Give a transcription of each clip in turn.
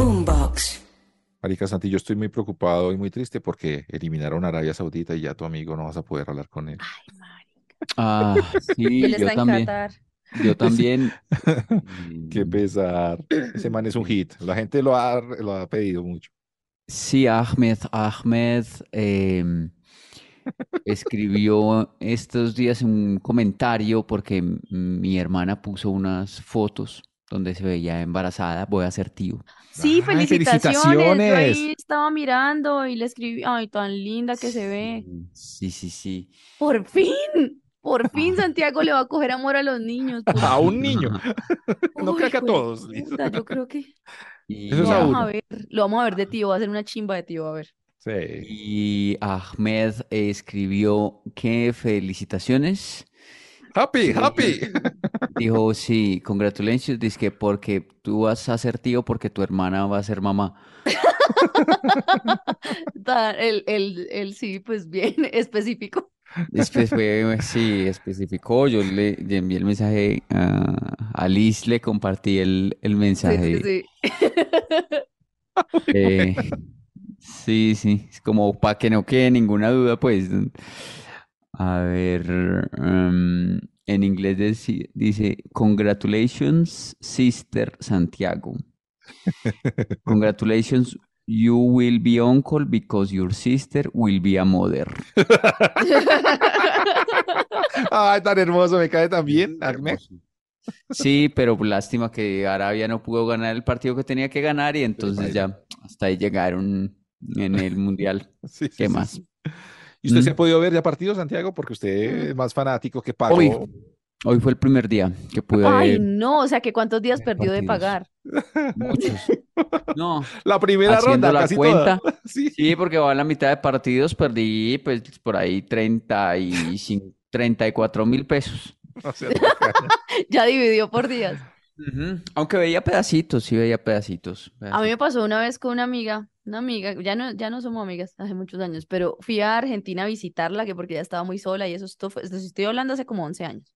Fox. Marica Santi, yo estoy muy preocupado y muy triste porque eliminaron a Arabia Saudita y ya tu amigo no vas a poder hablar con él. Ay, marica. Ah, sí, Él yo está en también. Qatar. Yo también. Qué Mm, pesar. Ese man es un hit. La gente lo ha, lo ha pedido mucho. Sí, Ahmed, Ahmed em, escribió estos días un comentario porque m- mi hermana puso unas fotos donde se veía embarazada. Voy a ser tío. Sí, Ay, felicitaciones. Yo ahí felicitaciones. estaba mirando y le escribí, ay, tan linda Ah, que se ve. Sí, sí, sí. Por fin, por fin Santiago le va a coger amor a los niños. por A fin. un niño. No Uy, creo que a hijo de todos. dice. puta, yo creo que Y Eso es lo a Ahmed- vamos uno. a ver, lo vamos a ver de tío, va a ser una chimba de tío, a ver. Sí. Y Ahmed escribió que felicitaciones. Happy, que happy. dijo, sí, congratulations, dice que porque tú vas a ser tío, porque tu hermana va a ser mamá. Da- El, el, el sí, pues bien específico. Después fue, sí, especificó, yo le, le envié el mensaje a, a Liz, le compartí el, el Sí, sí, mensaje. sí. Eh, sí, sí, es como para que no quede ninguna duda, pues. A ver, em, en inglés deci- dice, Congratulations, Sister Santiago. Congratulations, you will be uncle because your sister will be a mother. Ay, tan hermoso. Me cae tan bien, Ahmed. Hermoso. Sí, pero lástima que Arabia no pudo ganar el partido que tenía que ganar y entonces ya hasta ahí llegaron en el mundial. Sí, sí, ¿Qué sí, más? sí. ¿Y usted se Mm. ha podido ver ya partido, Santiago? Porque usted es más fanático que pagó. Hoy, hoy fue el primer día que pude Ay, ver no, o sea, que cuántos días ver perdió de partidos. pagar. muchos. No, La primera haciendo ronda, la casi cuenta. toda. Sí. Sí, porque va a la mitad de partidos, perdí pues por ahí 35, 34 mil pesos. O sea, no me cae. Ya dividió por días. Ujú, Aunque veía pedacitos, sí veía pedacitos. A mí pedacitos. me pasó una vez con una amiga, una amiga, ya no, ya no somos amigas hace muchos años, pero fui a Argentina a visitarla, que porque ya estaba muy sola y eso, esto fue, esto- estoy hablando hace como 11 años.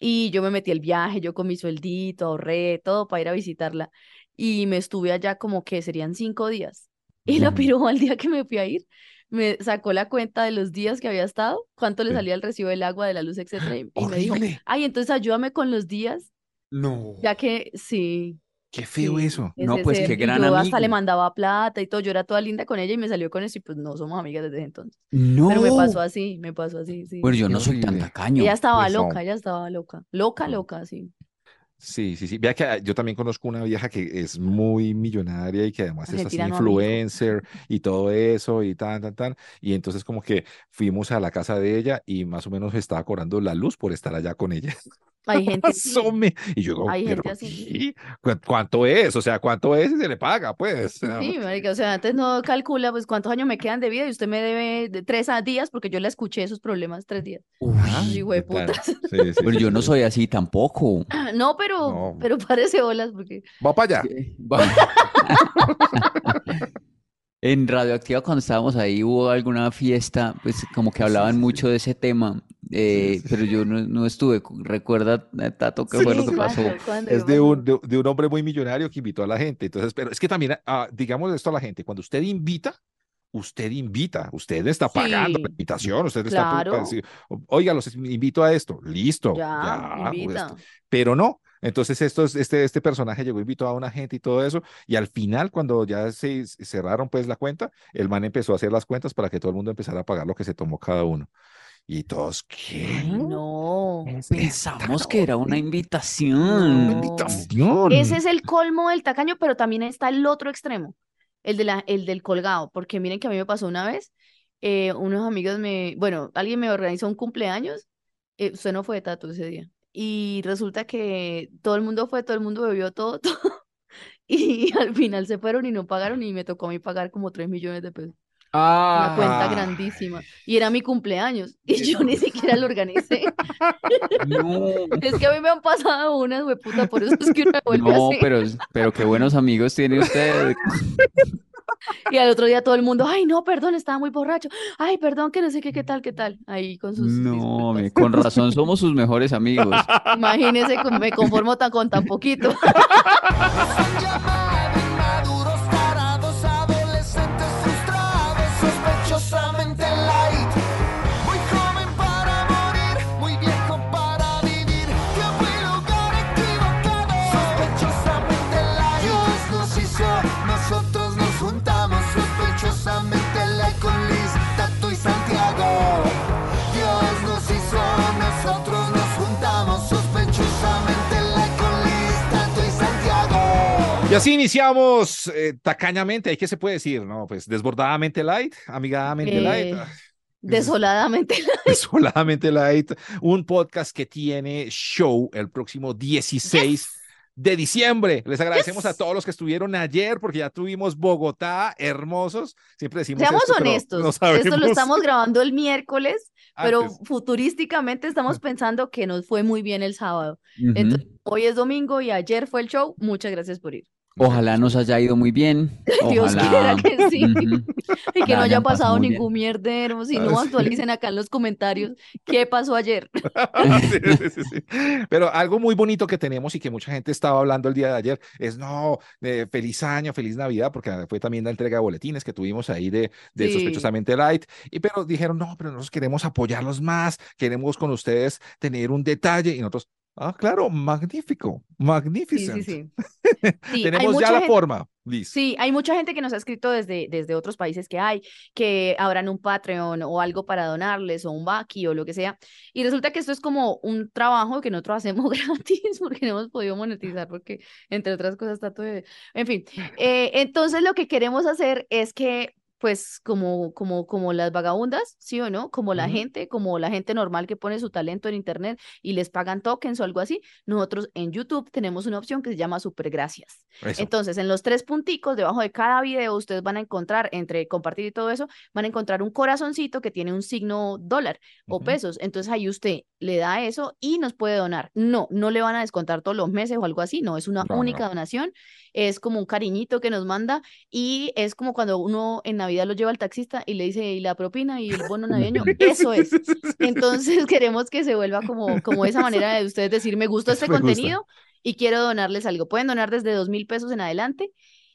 Y yo me metí el viaje, yo con mi sueldito, ahorré todo para ir a visitarla. Y me estuve allá como que serían cinco días. Y la Ujú. piroja al día que me fui a ir, me sacó la cuenta de los días que había estado, cuánto le Sí. salía el recibo del agua, de la luz, etcétera, y, y me dijo, Horrible. ay, entonces ayúdame con los días, No. ya que sí. Qué feo Sí, eso. es No, pues, ese, qué y gran yo hasta le amigo. mandaba plata y todo, yo era toda linda con ella y me salió con eso y pues no somos amigas desde entonces. Pero me pasó No. así, me pasó así, sí. Bueno, yo Qué no soy tan horrible. tacaño. Ella estaba Pues, loca, no. ella estaba loca, loca, No. loca, sí. Sí, sí, sí. Vea que ah, yo también conozco una vieja que es muy millonaria y que además es así Argentina no amigo. influencer y todo eso y tan, tan, tan. Y entonces como que fuimos a la casa de ella y más o menos estaba cobrando la luz por estar allá con ella. Hay gente así, Asome. Y yo digo, hay pero gente ¿qué? así. ¿Cu- ¿Cuánto es? O sea, ¿cuánto es? Y se le paga, pues. Sí, marica, o sea, antes no calcula pues cuántos años me quedan de vida y usted me debe de tres a días porque yo la escuché esos problemas tres días. Ajá, Ah, Sí, Uy, güey, claro. putas. Sí, sí, pero sí, yo no sí. soy así tampoco. No, pero, No, pero parece bolas porque va para allá. Sí. Bueno, En Radioactiva, cuando estábamos ahí, hubo alguna fiesta, pues como que Sí, hablaban sí, sí. mucho de ese tema, Sí, eh, sí. pero yo no, no estuve. Recuerda, eh, Tato, qué Sí, fue lo ¿qué? que sí. pasó. ¿Cuándo? ¿Cuándo? ¿Qué Es de un, pasó? de, de un hombre muy millonario que invitó a la gente. Entonces, pero es que también, ah, digamos esto a la gente, cuando usted invita, usted invita, usted está pagando la Sí, invitación, usted está pu- para claro, decir, "O- oiga, los invito a esto, listo, ya, ya, pues, o esto". invita. pero no. Entonces, esto es, este, este personaje llegó, invitó a una gente y todo eso, y al final, cuando ya se se cerraron pues la cuenta, el man empezó a hacer las cuentas para que todo el mundo empezara a pagar lo que se tomó cada uno. Y todos, ¿qué? Ay, no, pues, ¿Es esta Pensamos que era una una invitación. no. Ese invitación? es el colmo del tacaño, pero también está el otro extremo, el de la, el del colgado, porque miren que a mí me pasó una vez, eh, unos amigos me, bueno, alguien me organizó un cumpleaños, eh, usted no fue Tato ese día, y resulta que todo el mundo fue, todo el mundo bebió todo, todo, y al final se fueron y no pagaron y me tocó a mí pagar como 3 millones de pesos. Una cuenta Ah. grandísima. Ay. Y era mi cumpleaños. Y yo ni siquiera lo organicé. No, Es que a mí me han pasado unas, hueputa, por eso es que uno me vuelve no, así. pero, pero qué buenos amigos tiene usted. Y al otro día todo el mundo, ay, no, perdón, estaba muy borracho. Ay, perdón, que no sé qué, qué tal, qué tal. Ahí con sus No, me- disculpas. con razón somos sus mejores amigos. Imagínese, con- me conformo tan, con tan poquito. Ya maduro estará Y así iniciamos eh, tacañamente, ¿hay qué se puede decir? No, pues desbordadamente light, amigadamente light. Eh, desoladamente. Solamente Light, un podcast que tiene show el próximo 16 de diciembre. Les agradecemos Yes. a todos los que estuvieron ayer porque ya tuvimos Bogotá, hermosos. Siempre decimos Seamos esto, pero honestos, no esto lo sabemos estamos grabando el miércoles, pero antes. futurísticamente estamos pensando que nos fue muy bien el sábado. Entonces, Hoy es domingo y ayer fue el show. Muchas gracias por ir. Ojalá nos haya ido muy bien. Dios Ojalá. quiera que sí. Ujú. Y que La no haya hayan pasado pasado muy bien. ningún mierdero. Si Ah, no, sí. actualicen acá en los comentarios qué pasó ayer. Ah, Sí, sí, sí, sí. Pero algo muy bonito que tenemos y que mucha gente estaba hablando el día de ayer es, no, eh, feliz año, feliz Navidad, porque fue también la entrega de boletines que tuvimos ahí de, de Sí. Sospechosamente Light. Y pero dijeron, no, pero nosotros queremos apoyarlos más, queremos con ustedes tener un detalle. Y nosotros, ah, claro, magnífico, Sí, sí, magnífico. sí. Sí, hay Tenemos mucha ya la gente- forma, Liz. Sí, hay mucha gente que nos ha escrito desde, desde otros países que hay, que abran un Patreon o algo para donarles, o un Baki o lo que sea. Y resulta que esto es como un trabajo que nosotros hacemos gratis porque no hemos podido monetizar, porque entre otras cosas está todo. de- En fin, eh, entonces lo que queremos hacer es que, pues, como, como, como las vagabundas, ¿sí o no? Como la Ujú. gente, como la gente normal que pone su talento en Internet y les pagan tokens o algo así, nosotros en YouTube tenemos una opción que se llama Supergracias. Eso. Entonces, en los tres punticos debajo de cada video, ustedes van a encontrar, entre compartir y todo eso, van a encontrar un corazoncito que tiene un signo dólar o Ujú. pesos. Entonces, ahí usted le da eso y nos puede donar. No, no le van a descontar todos los meses o algo así, no, es una No, no, única no. donación, es como un cariñito que nos manda y es como cuando uno en Navidad lo lleva al taxista y le dice, y la propina y el bono navideño, eso es. Sí, sí, sí, sí, sí. Entonces queremos que se vuelva como, como esa manera de ustedes decir, me gustó Eso este me gusta. contenido y quiero donarles algo. Pueden donar desde dos mil pesos en adelante.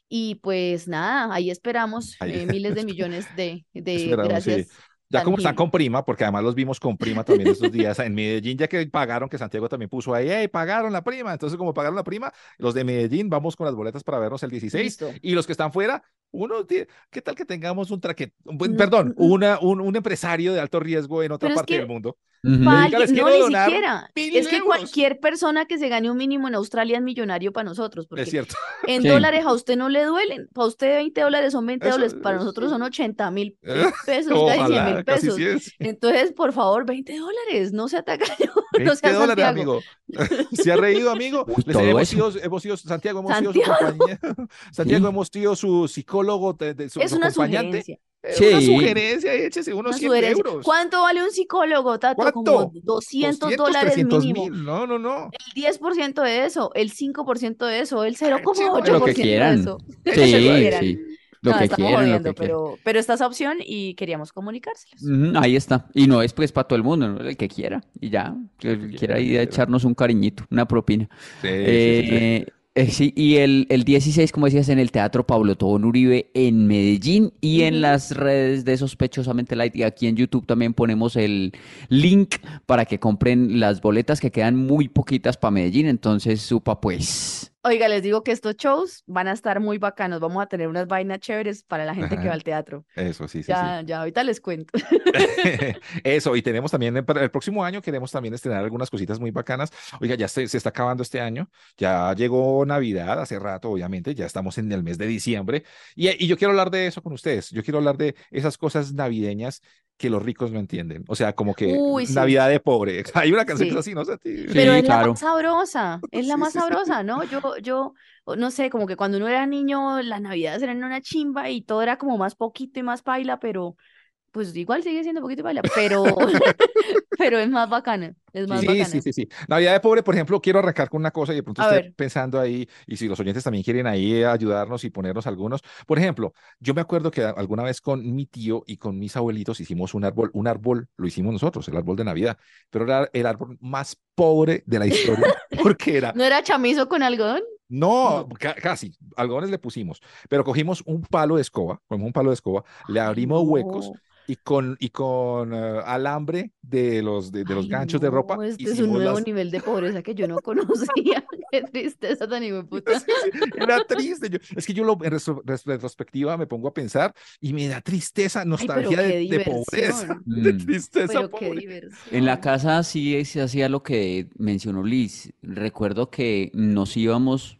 Y pues nada, ahí esperamos Ahí- eh, miles de millones de, de Esperamos, sí. gracias. Ya como están tangible. con prima, porque además los vimos con prima también estos días en Medellín, ya que pagaron, que Santiago también puso ahí, hey, pagaron la prima. Entonces, como pagaron la prima, los de Medellín vamos con las boletas para vernos el 16. Listo. Y los que están fuera, uno, tie- ¿qué tal que tengamos un traque, un buen- No, perdón, mm, mm. una, un, un empresario de alto riesgo en otra Pero es parte que del mundo? Ujú. Pa' Vale. alguien- les no, quiero ni donar siquiera. mil Es que euros. cualquier persona que se gane un mínimo en Australia es millonario para nosotros, Es porque cierto. en Sí. dólares a usted no le duelen. Para usted 20 dólares son 20 Eso- dólares, para nosotros son eso- 80 mil pesos, casi 100 mil Ojalá, casi pesos. 100. Entonces, por favor, 20 dólares, no se ataca no 20 sea dólares, Santiago. amigo. ¿Se ha reído, amigo? Uy, Les- todo hemos, eso. sido, hemos sido, Santiago, hemos sido su Santiago. compañía. Santiago, Sí. hemos sido su psicólogo, de- de- su, Es su una acompañante. sugerencia. Eh, Una Sí. sugerencia, échese unos Una 100 sugerencia. euros. ¿Cuánto vale un psicólogo, Tato? Como ¿Cuánto? 200 200, dólares 300 mínimo. mil. No, no, no. El 10% de eso, el 5% de eso, el Ah, Lo que 0,8% de quieran. eso. Échese lo que Sí, quieran. sí. Lo no, que estamos quieran, lo jodiendo, que quieran. Mm. pero, pero está esa opción y queríamos comunicárselos. Ujú, Ahí está. Y no es pues para todo el mundo, ¿no? el que quiera. Y ya, el que quiera, el quiera que ir a quiera. echarnos un cariñito, una propina. Sí, sí, sí, sí. Eh, eh, sí, y el, el 16, como decías, en el Teatro Pablo Tobón Uribe en Medellín y en Ujú. las redes de Sospechosamente Light. Y aquí en YouTube también ponemos el link para que compren las boletas que quedan muy poquitas para Medellín. Entonces, supa pues. Oiga, les digo que estos shows van a estar muy bacanos. Vamos a tener unas vainas chéveres para la gente que Ajá. va al teatro. Eso, sí, sí, sí. Ya, ya, ahorita les cuento. Eso, y tenemos también, eh, para el próximo año queremos también estrenar algunas cositas muy bacanas. Oiga, ya se, se está acabando este año, ya llegó Navidad hace rato, obviamente, ya estamos en el mes de diciembre, y, y yo quiero hablar de eso con ustedes, yo quiero hablar de esas cosas navideñas que los ricos no entienden, o sea, como que Uy, sí. Navidad de pobre. Hay una canción que Sí. es así, ¿no? sé Pero Sí, es la claro. más sabrosa, es la Sí, más sí, sí. sabrosa, ¿no? Yo, yo, o no sé, como que cuando uno era niño, las navidades eran una chimba y todo era como más poquito y más paila, pero pues igual sigue siendo poquito y paila, pero, pero es más bacana, es más Sí, sí, bacana. sí, sí. Navidad de pobre, por ejemplo, quiero arrancar con una cosa y de pronto A usted ver, pensando ahí, y si los oyentes también quieren ahí eh, ayudarnos y ponernos algunos. Por ejemplo, yo me acuerdo que alguna vez con mi tío y con mis abuelitos hicimos un árbol, un árbol, lo hicimos nosotros, el árbol de Navidad, pero era el árbol más pobre de la historia, porque era, ¿no era chamizo con algodón? no, ca- casi, algodones le pusimos, pero cogimos un palo de escoba, cogimos un palo de escoba, le Ay, abrimos huecos. no, Y con, y con eh, alambre de los, de, de los ay, ganchos de ropa no, este es un hicimos nuevo las, nivel de pobreza que yo no conocía. Qué tristeza tan hijueputa. Sí, sí, Era triste. Yo- es que yo lo, en retro- res- retrospectiva me pongo a pensar y me da tristeza, Ay, pero nostalgia de, qué de pobreza, diversión, de Mm. tristeza pero qué pobre. En la diversión. casa sí se hacía lo que mencionó Liz. Recuerdo que nos íbamos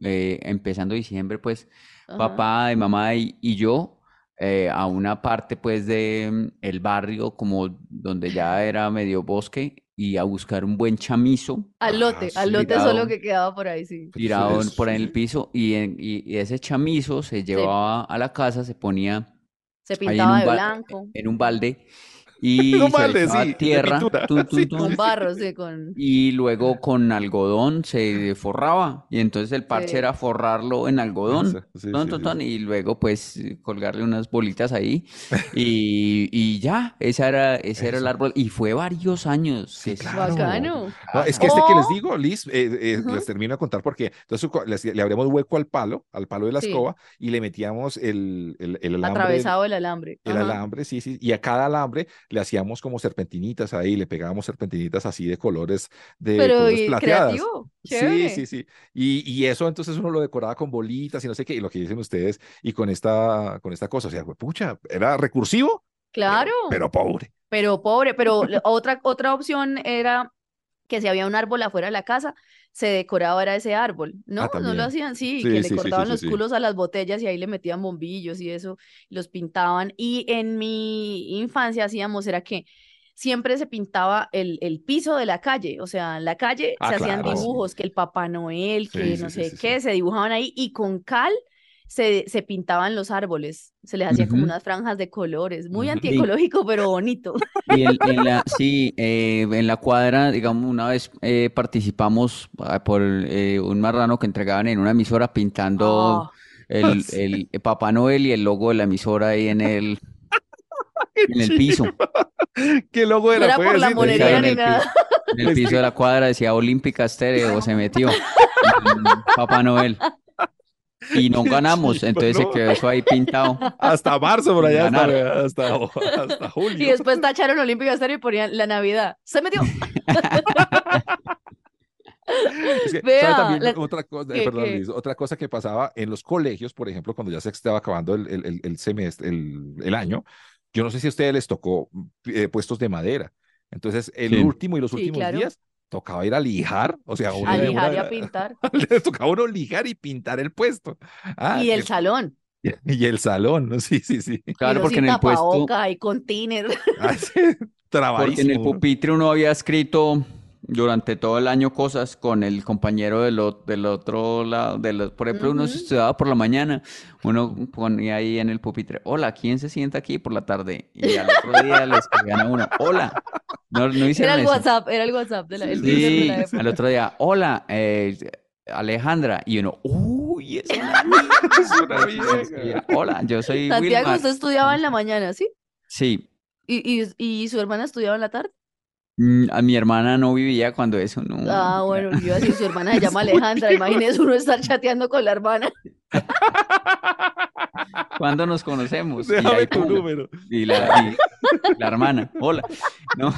eh, empezando diciembre, pues Ajá. papá y mamá y, y yo eh, a una parte pues de mm, el barrio como donde ya era medio bosque y a buscar un buen chamizo Al Ah, lote, al sí. lote solo tirado que quedaba por ahí, Pero sí. eso tirado en- es- por ahí en el piso y, en- y- y ese chamizo se Se, llevaba a la casa, se ponía se ahí en pintaba un, de ba- blanco, en un balde En un y se le balde, echaba sí, de tierra, pintura. tun, Sí, tun, sí, con tun, sí. barro, sí, con... y luego con algodón se forraba y entonces el parche Sí. era forrarlo en algodón, Esa, sí, ton, sí, ton, sí. ton, y luego pues eh, colgarle unas bolitas ahí y, y ya, esa era, ese era el Eso. árbol y fue varios años Sí, que se hizo claro. en Bacano. No, es que casa. este que les O... digo, Liz, eh, eh, ¡Oh! Ajá, les termino de contar porque entonces cu- les- le abríamos hueco al palo, al palo de la Sí, escoba y le metíamos el, el, el alambre, el, atravesado el alambre. el Ajá. alambre, sí, sí, y a cada alambre le hacíamos como serpentinitas ahí, le pegábamos serpentinitas así de colores, de Pero colores y plateadas. creativo, Sí, chévere. sí, sí. Y, y eso entonces uno lo decoraba con bolitas y no sé qué, y lo que dicen ustedes, y con esta, con esta cosa, o sea, pucha, era recursivo, pero, Claro, pero pobre. pero pobre, pero la- otra, otra opción era que si había un árbol afuera de la casa, se decoraba era ese árbol. No, Ah, no lo también. hacían así, que Sí, le sí, sí, sí, cortaban sí, los sí. culos a las botellas y ahí le metían bombillos y eso, los pintaban. Y en mi infancia hacíamos, era que siempre se pintaba el, el piso de la calle, o sea, en la calle Ah, se hacían claro, sí. dibujos, que el Papá Noel, Sí, que sí, no sí, sé sí, sí. qué, se dibujaban ahí y con cal. Se, se pintaban los árboles, se les hacían como Ujú, unas franjas de colores, muy Ujú. sí. antiecológico, pero bonito. Y en, en la, sí, eh, en la cuadra, digamos, una vez eh, participamos ah, por eh, un marrano que entregaban en una emisora pintando Ah, el, Sí, el Papá Noel y el logo de la emisora ahí en el, ¡Qué en el piso. chimba! ¿Qué logo no era? era por Puede la decir, Entonces ahí monería en ni el nada. piso, en el es piso de que la cuadra decía Olímpica Estéreo, se metió mm, Papá Noel y no qué ganamos, chimba, entonces se ¿no? quedó eso ahí pintado Hasta marzo por sin allá, hasta, ganar. hasta, hasta Y julio. después tacharon Olímpico Estéreo y ponían la Navidad. Se metió. Es que, ¿sabe Vea, también la- otra cosa? eh, que, perdón, que, Liz, otra cosa que pasaba en los colegios, por ejemplo, cuando ya se estaba acabando el, el, el- el semestre, el, el año, yo no sé si a ustedes les tocó mm, eh, puestos de madera. Entonces, el Sí. último y los sí, últimos claro, días tocaba ir a lijar, o sea, a uno de Sí. una lijar y a era, pintar. le tocaba a uno lijar y pintar el puesto. Ah, Y el es- salón. y el salón, ¿no? sí, sí, sí. Y Claro, uno porque sin en el puesto, tapaboca y con tiner. Ah, sí, porque en trabadísimo el uno. pupitre uno había escrito durante todo el año cosas con el compañero del, o- del otro lado, de los- por ejemplo, uno se Ujú. estudiaba por la mañana, uno ponía ahí en el pupitre, hola, ¿quién se sienta aquí por la tarde? Y al otro día le escribían a uno, hola, no, no Era hicieron el eso. WhatsApp, era el WhatsApp, de la, Sí, el sí, Tinder de Sí, la al época. otro día, hola, eh, Alejandra, y uno, uy, es una mía. es una Entonces se escribía, vieja. hola, yo soy Santiago, Wilmar. usted estudiaba en la mañana, ¿sí? Sí. ¿Y, y, y su hermana estudiaba en la tarde? Mm, A mi hermana no vivía cuando eso no. Ah, era- bueno, yo iba a decir, su hermana se Es llama muy Alejandra. viejo. Imagínese uno estar chateando con la hermana. ¿Cuándo nos conocemos? Y Déjame ahí tu pongo. número. Y la, y la hermana, hola. No,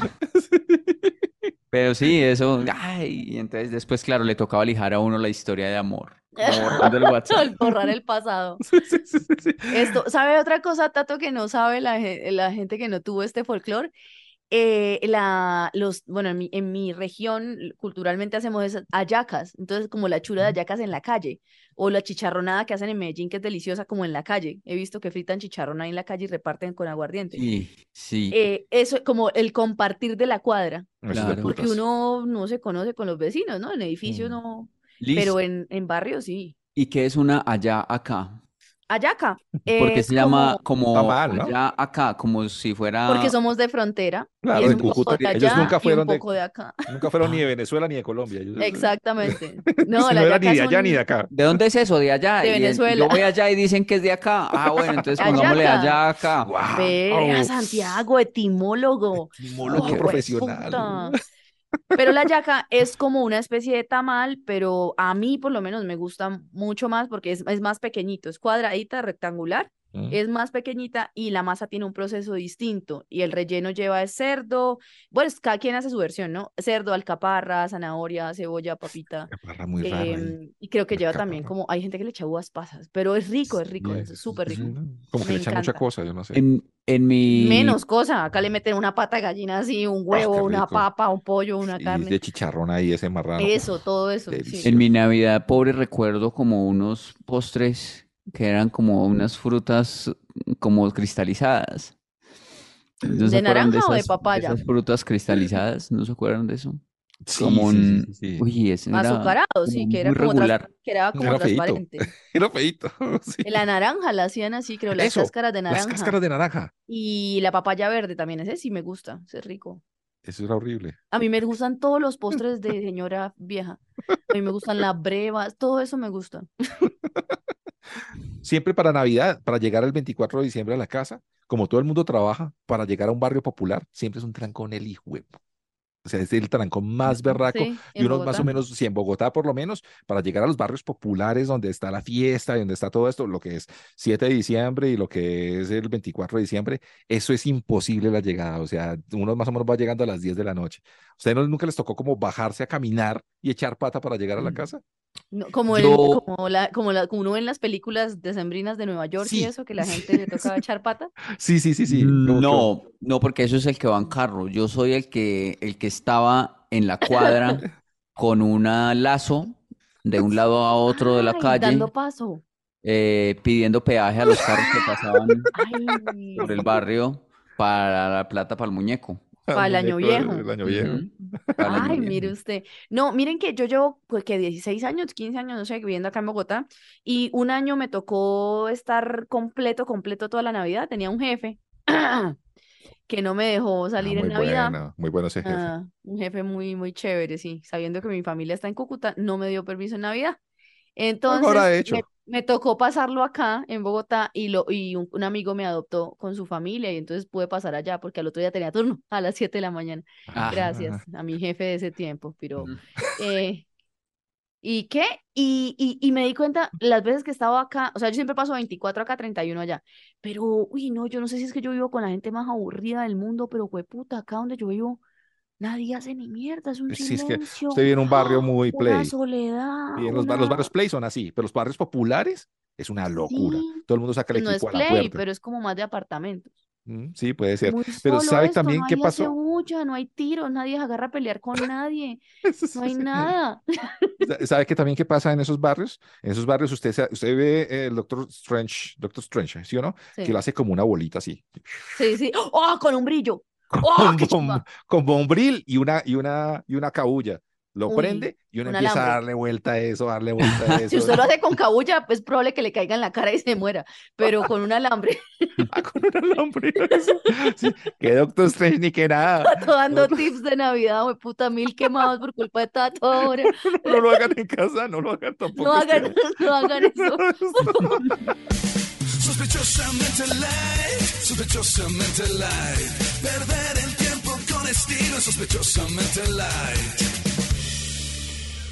pero sí, eso. Ay, y entonces después, claro, le tocaba lijar a uno la historia de amor, como borrando el WhatsApp. Al borrar el pasado. Sí, sí, sí, sí, sí. Esto, ¿sabe otra cosa, Tato, que no sabe la, ge- la gente que no tuvo este folclore? Eh, la, los, bueno, en mi, en mi región l- culturalmente hacemos esas hallacas, entonces como la chura de hallacas en la calle, o la chicharronada que hacen en Medellín, que es deliciosa como en la calle. He visto que fritan chicharrón ahí en la calle y reparten con aguardiente. Sí, sí, Eh, eso, como el compartir de la cuadra, Eso es de claro. porque putas. uno no se conoce con los vecinos, ¿no? En edificios Mm. no, Liz, pero en, en barrios sí. ¿y qué es una allá acá? Hallaca eh, Porque es se llama como... Está como mal, ¿no? allá acá, como si Porque fuera. somos de frontera Ah. y Claro, es de un poco Cúcuta. de Ellos allá nunca y un fueron de, poco de acá. nunca fueron ni Ah, de Venezuela ni de Colombia. Ellos- Exactamente. No, si la no era yaca ni es de allá ni de un acá. ¿De dónde es eso? De allá. de Y, en- y Venezuela. yo voy allá y dicen que es de acá. Ah, bueno, entonces pongámosle Ayaca. allá acá. Ah, Vea, ¡Wow! Santiago, etimólogo. oh. Etimólogo Ok. ¡Oh, profesional. puta! Pero la yaca es como una especie de tamal, pero a mí por lo menos me gusta mucho más porque es, es más pequeñito, es cuadradita, rectangular Mm. es más pequeñita y la masa tiene un proceso distinto y el relleno lleva es cerdo, bueno, es- cada quien hace su versión, ¿no? Cerdo, alcaparra, zanahoria, cebolla, papita. Caparra muy rara ahí. em, y creo que lleva también alcaparra. como, hay gente que le echa uvas pasas, pero es rico, es rico, Sí, es súper sí, rico. ¿no? Como que Me le echan mucha encanta. cosa, yo no sé. En, en mi... Menos cosa, acá le meten una pata de gallina así, un Ah, qué huevo, una rico. papa, un pollo, una Y carne. de ah, chicharrón ahí ese marrano. Uf, Eso, todo eso, sí. delicioso. En mi Navidad, pobre, recuerdo como unos postres que eran como unas frutas como cristalizadas. ¿No se ¿De acuerdan naranja o de esas, papaya? esas frutas cristalizadas? ¿No se acuerdan de eso? Sí, Como sí, sí, un... sí, sí. Uy, ese era Azucarado, como sí, que era muy como, tras- regular. que era como Era feíto. transparente. Era feíto. sí. La naranja la hacían así, creo, las Eso, cáscaras de las naranja. cáscaras de naranja. Y la papaya verde también, ese sí me gusta, ese es rico. Eso era horrible. A mí me gustan todos los postres de señora vieja. A mí me gustan las brevas, todo eso me gusta. Siempre para Navidad, para llegar el 24 de diciembre a la casa, como todo el mundo trabaja, para llegar a un barrio popular, siempre es un trancón el hijo. de- O sea, es el trancón más berraco Sí, y en uno más o Bogotá. menos, si en Bogotá por lo menos, para llegar a los barrios populares donde está la fiesta y donde está todo esto, lo que es 7 de diciembre y lo que es el 24 de diciembre, eso es imposible la llegada. O sea, uno más o menos va llegando a las 10 de la noche. ¿Ustedes no, nunca les tocó como bajarse a caminar y echar pata para llegar a la casa? No, como el, Yo, como la, como la, como uno ve en las películas decembrinas de Nueva York y Sí, eso, que la gente le toca echar pata. sí, sí, sí, sí. Como que- No, no, porque eso es el que va en carro. Yo soy el que, el que estaba en la cuadra con una lazo de un lado a otro de la Ay, calle, dando paso. eh, pidiendo peaje a los carros que pasaban por el Ay, barrio para la plata para el muñeco. al para el año muñeco del, viejo. del año viejo. Ujú, Para el año Ay, viejo. mire usted. No, miren que yo llevo pues, que 16 años, 15 años, no sé, viviendo acá en Bogotá y un año me tocó estar completo, completo toda la Navidad. Tenía un jefe que no me dejó Ah, salir en muy Navidad. bueno, muy bueno ese jefe. Ah, un jefe muy, muy chévere, sí. Sabiendo que mi familia está en Cúcuta, no me dio permiso en Navidad. Algo habrá Entonces, me, hecho. me tocó pasarlo acá en Bogotá y, lo, y un, un amigo me adoptó con su familia y entonces pude pasar allá porque al otro día tenía turno a las 7 de la mañana. Ah, Gracias a mi jefe de ese tiempo, pero... Ujú. Eh, ¿Y qué? Y, y, y me di cuenta las veces que estaba acá, o sea, yo siempre paso 24 acá, 31 allá, pero, uy, no, yo no sé si es que yo vivo con la gente más aburrida del mundo, pero, puta, acá donde yo vivo, nadie hace ni mierda, es un sí, es que usted silencio, vive en un barrio ¡ah! muy una play. soledad, Y en los, bar- los Ah, una... barrios play son así, pero los barrios populares es una locura. Sí, Todo el mundo saca el pues no es equipo a la play, puerta. pero es como más de apartamentos. Mm, Sí, puede ser. Muy Pero solo ¿sabe esto, también no qué hay hace pasó? bulla, no hay tiros, nadie se agarra a pelear con nadie, no hay Sí. nada. Sa- ¿Sabe que también qué pasa en esos barrios? En esos barrios usted, se- usted ve eh, el Doctor Strange, Doctor Strange, ¿sí o no? Que lo Sí, hace como una bolita así, sí, sí, ¡oh, con un brillo! ¡Oh, con, qué bom- chimba! con bombril y una, y una, y una cabulla. Lo Un, prende y uno un empieza a alambre. darle vuelta a eso, darle vuelta a Si eso. usted lo hace con cabulla, pues es probable que le caiga en la cara y se muera, pero con un alambre, Ah, con un alambre era eso. Sí, que Doctor Strange ni que nada. Tato dando No, tips de Navidad, güey, puta, mil quemados por culpa de Tato ahora. no lo hagan en casa, no lo hagan No tampoco este hagan, año. no hagan eso. Sospechosamente light, sospechosamente light. Perder el tiempo con estilo, sospechosamente light.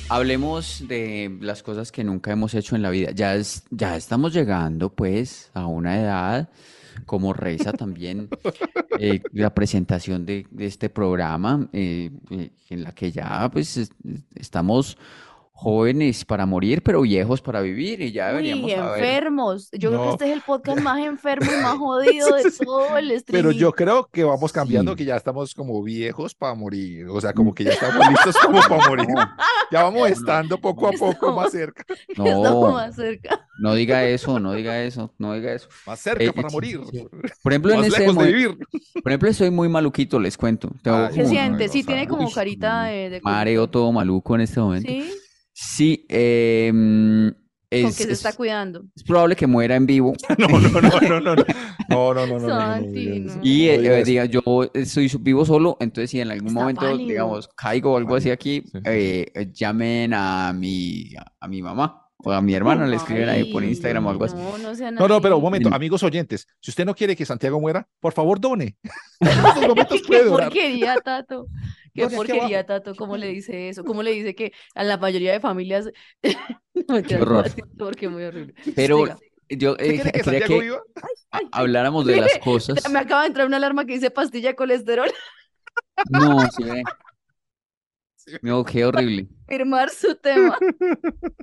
Hablemos de las cosas que nunca hemos hecho en la vida. Ya es, ya estamos llegando, pues, a una edad, como reza también eh, la presentación de, de este programa, eh, eh, en la que ya, pues, es- estamos jóvenes para morir, pero viejos para vivir, y ya Uy, deberíamos saber. enfermos. Yo creo que No. este es el podcast más enfermo y más Sí, jodido de sí, sí. todo el Pero streaming. yo creo que vamos cambiando, Sí. que ya estamos como viejos para morir. O sea, como Mm, que ya estamos listos como para morir. No, Ya vamos no, estando poco a no, poco Estamos, más cerca. estamos no, más cerca. no diga eso, no diga eso, no diga eso. Más Eh, cerca eh, para sí, morir. sí. Por ejemplo, en Más este lejos de momento. vivir. Ah, Por ejemplo, estoy muy maluquito, les cuento. Tengo Ay, como un ¿Qué no, siente? no Sí, tiene sabe. uy, como carita de, de mareo culito. todo maluco en este momento. ¿Sí? Sí, eh, mm, ¿Con qué es, se está es- cuidando? es probable que muera en vivo. No, no, no, no, no, no. No, no, no, no, no, no, no Santi, diga eso. Y No no. diga eh, eh, eso. diga, yo estoy su- vivo solo, entonces si en algún Está momento, pálido. digamos, caigo o algo así Pálido. aquí, Sí, sí, sí. eh, eh, llamen a mi, a mi mamá o a mi hermana, le escriben ahí por Instagram o Ay, algo así. no, no sean No, no, pero un así. momento, En- amigos oyentes, si usted no quiere que Santiago muera, por favor done. En estos momentos Qué puede donar. porquería, Tato. Qué Done aquí porquería, abajo. Tato. ¿Cómo le dice eso? ¿Cómo le dice que a la mayoría de familias... No, Qué mentiras, no voy a horror. decir porque es muy horrible. Pero Diga. Yo ¿Usted eh, cree que quería Santiago que viva? Ay, ay, habláramos de las cosas. me acaba de entrar una alarma que dice pastilla de colesterol. No, sí, ve. No, qué horrible. Firmar su tema.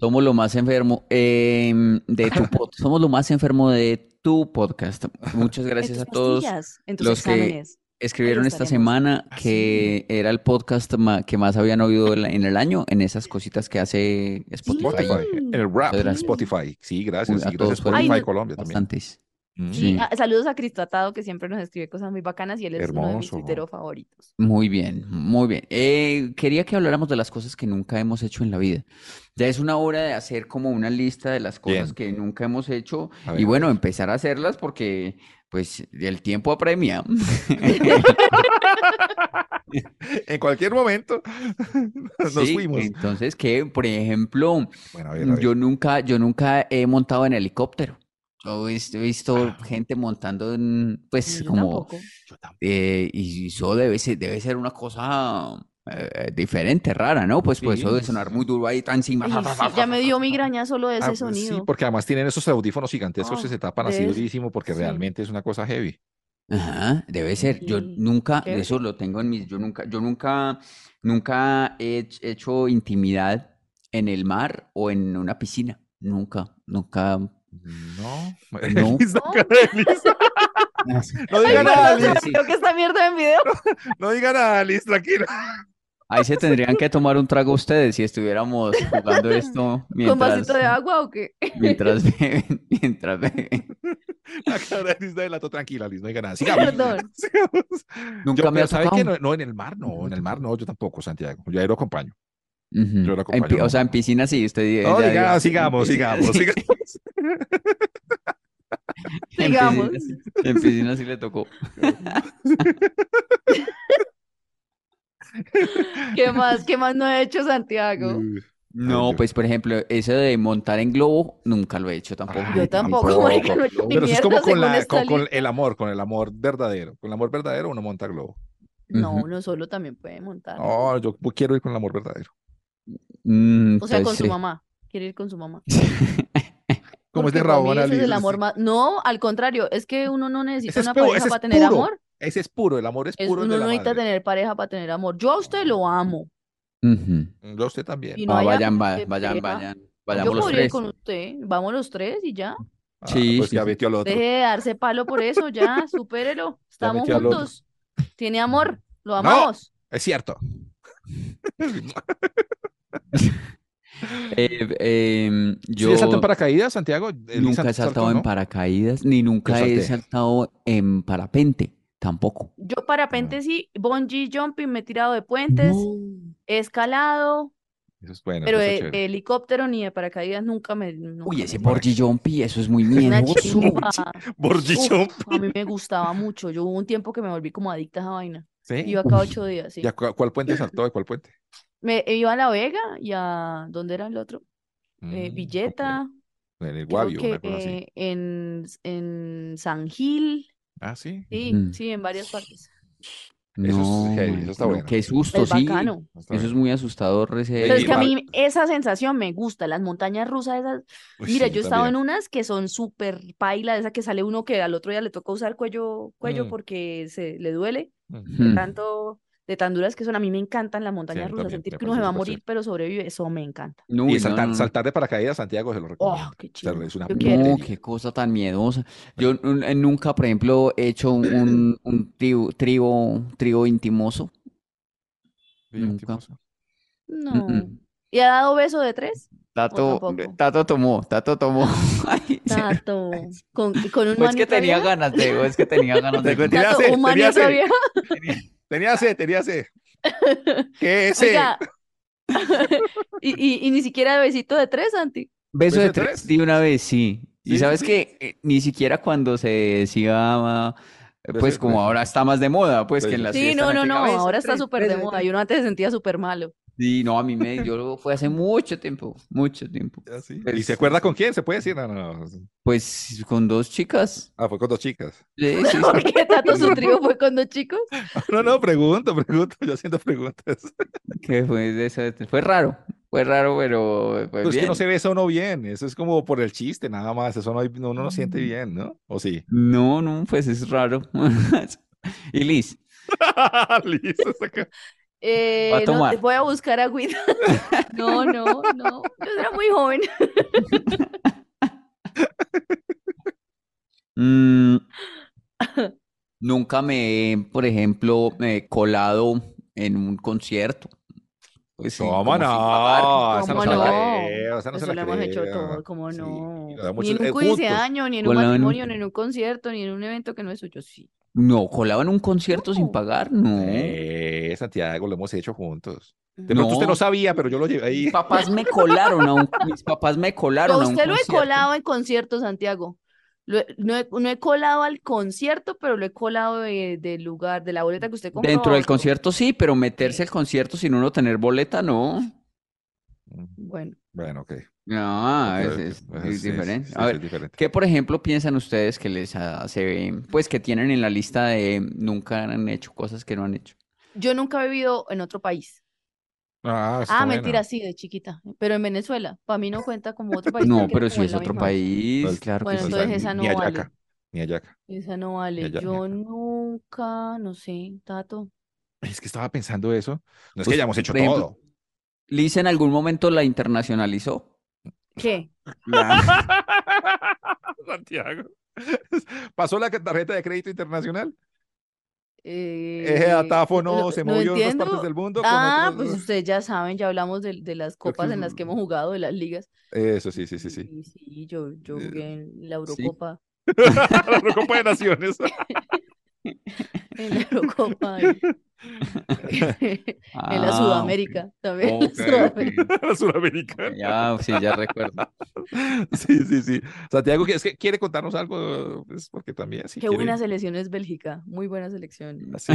Somos lo más enfermo em, de tu pod- Somos lo más enfermo de tu podcast. Muchas gracias a en tus todos. pastillas, en tus los que- Mm. exámenes. Escribieron esta estaremos. semana Ah, que era el podcast ma- que más habían oído el- en el año, en esas cositas que hace Spotify. Spotify, el rap, Muchas gracias. Spotify. Sí, Uy, gracias. a Sí, todos gracias por Spotify Ay, no. Colombia también. Bastantes. Mm, Sí, Sí. a- saludos a Cristo Atado, que siempre nos escribe cosas muy bacanas y él es uno de mis Hermoso. tuiteros favoritos. Muy bien, muy bien. Eh, quería que habláramos de las cosas que nunca hemos hecho en la vida. Ya es una hora de hacer como una lista de las cosas Bien. que nunca hemos hecho A y ver, a bueno, empezar a hacerlas porque pues el tiempo apremia. En cualquier momento nos Sí, fuimos. entonces que, por ejemplo, Bueno, a ver, a ver. yo nunca, yo nunca he montado en helicóptero. Yo he visto, he visto gente montando en, pues No, yo como tampoco. Ah, Yo también. eh, y eso debe ser, debe ser una cosa eh, diferente, rara, ¿no? Pues pues eso Sí, debe sonar muy duro ahí tan encima. Ay, fa, fa, sí, fa, ya fa, me fa, fa, dio fa. migraña solo de ese Ah, pues sí, sonido. porque además tienen esos audífonos gigantescos que Ah, se tapan así ¿ves? durísimo porque Sí. realmente es una cosa heavy. Ajá, debe ser. Yo Sí, nunca, chévere. eso lo tengo en mis, yo nunca, yo nunca, nunca he hech- hecho intimidad en el mar o en una piscina. Nunca, nunca. No, No. Elisa, No. cara de Elisa. No Ay, diga perdón, nada, se me Liz. sí. olvidó que esta mierda en video. No diga nada, Liz, tranquila. Ahí se tendrían que tomar un trago ustedes si estuviéramos jugando esto ¿Con vasito de mientras, agua o qué? mientras beben, mientras beben. La cara de Liz delató, tranquila, Liz, no diga nada. Sigamos. Perdón. Sigamos. Nunca Yo, me pero ha ¿sabes qué? tocado. No, no, en el mar, no, en el mar, no, yo tampoco, Santiago. Yo ahí lo acompaño. Ujú. Yo lo En acompaño, pi- o no. sea, en piscina sí, usted di- No, ya diga, dijo, en sigamos, piscina sigamos, sí. sigamos. En Sigamos. piscina sí, en piscina sí le tocó. ¿Qué más? ¿Qué más no he hecho, Santiago? No, yo- pues por ejemplo, eso de montar en globo nunca lo he hecho tampoco. Ay, Yo tampoco, tampoco. marica, no he hecho ni Pero eso es como mierda, con, según la, esta con, con lista. el amor, con el amor verdadero. Con el amor verdadero uno monta globo. No, Ujú. uno solo también puede montar. No, yo quiero ir con el amor verdadero. Mm, O sea, con pues, su sí. mamá. Quiere ir con su mamá. Como es de Porque para mí Rabona, ese es el Liz, amor sí. más. No, al contrario, es que uno no necesita Ese es una puro, pareja ese es para tener puro. amor. Ese es puro, el amor es Es, puro. uno el de la no necesita madre. tener pareja para tener amor. Yo a usted lo amo. Ujú. Yo a usted también. Y Ah, no hay vayan, va- de vayan, pareja. vayan. Yo Vayamos los podría ir tres. con usted. Vamos los tres y ya. Ah, Sí, pues sí, ya sí. metió al otro. Deje de darse palo por eso, ya, supérelo. Ya Estamos metió al otro. juntos. Tiene amor, lo No. amamos. Es cierto. Eh, em, ¿Yo ya saltó yo en paracaídas, Santiago? Elisa nunca saltó, he saltado en ¿no? paracaídas, ni nunca he salté. saltado en parapente, tampoco. Yo parapente sí, bungee jumping, me he tirado de puentes, he escalado, Eso es bueno. pero eh, eso de, es chévere. de helicóptore ni de paracaídas nunca me. nunca Uy, me ese tiré. bungee jumping, eso es muy Una miedoso. chimba. Bungee Uf, jump. a mí me gustaba mucho. Yo hubo un tiempo que me volví como adicta a esa vaina. ¿Sí? Iba cada Uy. ocho días, sí. ¿Eh? ¿Ya cu- cuál puente saltó? ¿De cuál puente? Me eh, iba a La Vega y a. ¿Dónde era el otro? Eh, Mm, Villeta, ok. En el creo Guavio, una que cosa así. eh, en, en San Gil. Ah, sí. Sí, Ujú. sí, en varias partes. Eso es No, heavy, eso marica, está no, bueno. qué susto, Es sí. bacano. Está Eso es bien. muy asustador, ese- Pero es Y que a para- mí esa sensación me gusta, las montañas rusas esas. Uy, Mira, sí, yo yo he estado en también. unas que son súper paila, esa que sale uno que al otro día le toca usar cuello, cuello Mm. porque se le duele Mm. de Mm. tanto, de tan duras que son. A mí me encantan las Sí, a montañas mí rusas, también. sentir Me Mm. que uno se parece va a súper morir chévere. pero sobrevive, eso me encanta. Uy, Y no, saltar, no, no. saltar de paracaídas, Santiago, se lo Oh, recomiendo. qué O sea, chimba. es una Yo quiero. No, puntería. qué cosa tan miedosa. Yo nun- eh, nunca, por ejemplo, he hecho un, un, un trío, trío, trío intimoso. Bien, Nunca. timoso. Mm, No. Mm-mm. ¿Y ha dado beso de tres? ¿O Tato, tampoco? Tato tomó, Tato tomó. Ay, se- Tato. ¿Con, con un o Pues es que manito tenía vieja? ganas de, o es que tenía ganas de. Tenía tomar. Tato, sed, un tenía manito sed, vieja. tenía- Tenía sed, tenía sed. ¿Qué es sed? Oiga, y, y, y ni siquiera de besito de tres, Santi. Beso ¿Beso de de tres tres? de una vez, sí. Sí, Y sí, sabes sí. que eh, ni siquiera cuando se decía, eh, Beso pues de como tres. ahora está más de moda, pues Sí, que en sí, las Así Sí, fiestas no, antes, no, no. beso de Ahora está tres, súper beso de de moda. tres. Yo no antes se sentía súper malo. Sí, no, a mí me, yo lo fue hace mucho tiempo, mucho tiempo. Ah, sí. ¿Y se Pues, acuerda con quién? ¿Se puede decir? No, no, no. pues con dos chicas. Ah, fue con dos chicas. Sí, sí, sí. Porque Tato su trío fue con dos chicos. No, no, pregunto, pregunto. Yo haciendo preguntas. Que fue de esa- fue raro. Fue raro, pero Pero fue es Pues que Pues bien. no se besa uno bien, eso es como por el chiste, nada más, eso no hay- no- uno no siente Mm. bien, ¿no? ¿O sí? No, no, pues es raro. Y Liz, Listo, está acá. Eh, Va a no, tomar. voy a buscar agüita. No, no, no. Yo era muy joven. mm, nunca me he, por ejemplo, eh, colado en un concierto. Pues sí, ¿Cómo como sin pagar. no? ah, Esa no ¿Cómo se la no? creo, esa no se Eso la lo hemos hecho creo. todo, ¿cómo Sí, no? lo da Ni mucho- en un eh, juntos. 15 años, ni en un Colado en un- matrimonio, ni en un concierto, ni en un evento que no es suyo. Sí. No, colado en un concierto sin No. pagar, no. Eh, Santiago, lo hemos hecho juntos. De pronto usted No, no sabía, pero yo lo llevé ahí. mis papás me colaron a un, mis papás me Yo colaron a a un usted lo he concierto. colado en conciertos, Santiago. Lo he- no, he, no he colado al concierto, pero lo he colado de- del lugar, de la boleta que usted compró Dentro a del otro. concierto sí, pero meterse Sí. al concierto sin uno tener boleta, no. Bueno, Mm, Bueno, ok. No, Ok, Ah, es, ok. es Pues di- sí, sí, diferente. sí, A sí, ver, es diferente. ¿qué por ejemplo piensan ustedes que les ha- se ven, pues que tienen en la lista de nunca han hecho cosas que no han hecho? yo nunca he vivido en otro país. Ah, eso está Ah, bueno. mentira, sí, de chiquita. Pero en Venezuela, para mí no cuenta como otro país No, porque pero es si como en es la otro misma. país, Pues- claro que Bueno, sí. entonces esa Ni no vale. Ayaca, ni Ayaca. Esa no vale. Ya, ya, Yo ya. nunca, no sé, Tato. Es que estaba pensando eso. No es que Us- hayamos hecho por ejemplo, todo. ¿Liz en algún momento la internacionalizó? ¿Qué? Santiago. ¿Pasó la tarjeta de crédito internacional? Eje Eh, atáfono no, se no movió en otras partes entiendo. del mundo con Ah, pues otros. ustedes ya saben, ya hablamos de, de las copas en las que hemos jugado, de las ligas. Eso, sí, sí, sí, sí. Y sí, yo, yo Eh, jugué en la sí. Eurocopa, La Recopa de Naciones. en la Eurocopa, en, en la Ah, Sudamérica ok. también. en la Ok, ok. Sudamérica. La Sudamericana. Ya, sí, ya recuerdo. Sí, sí, sí. Santiago, ¿es que quiere contarnos algo? Es porque también, si Qué quiere. buena selección es Bélgica, muy buena selección. Sí.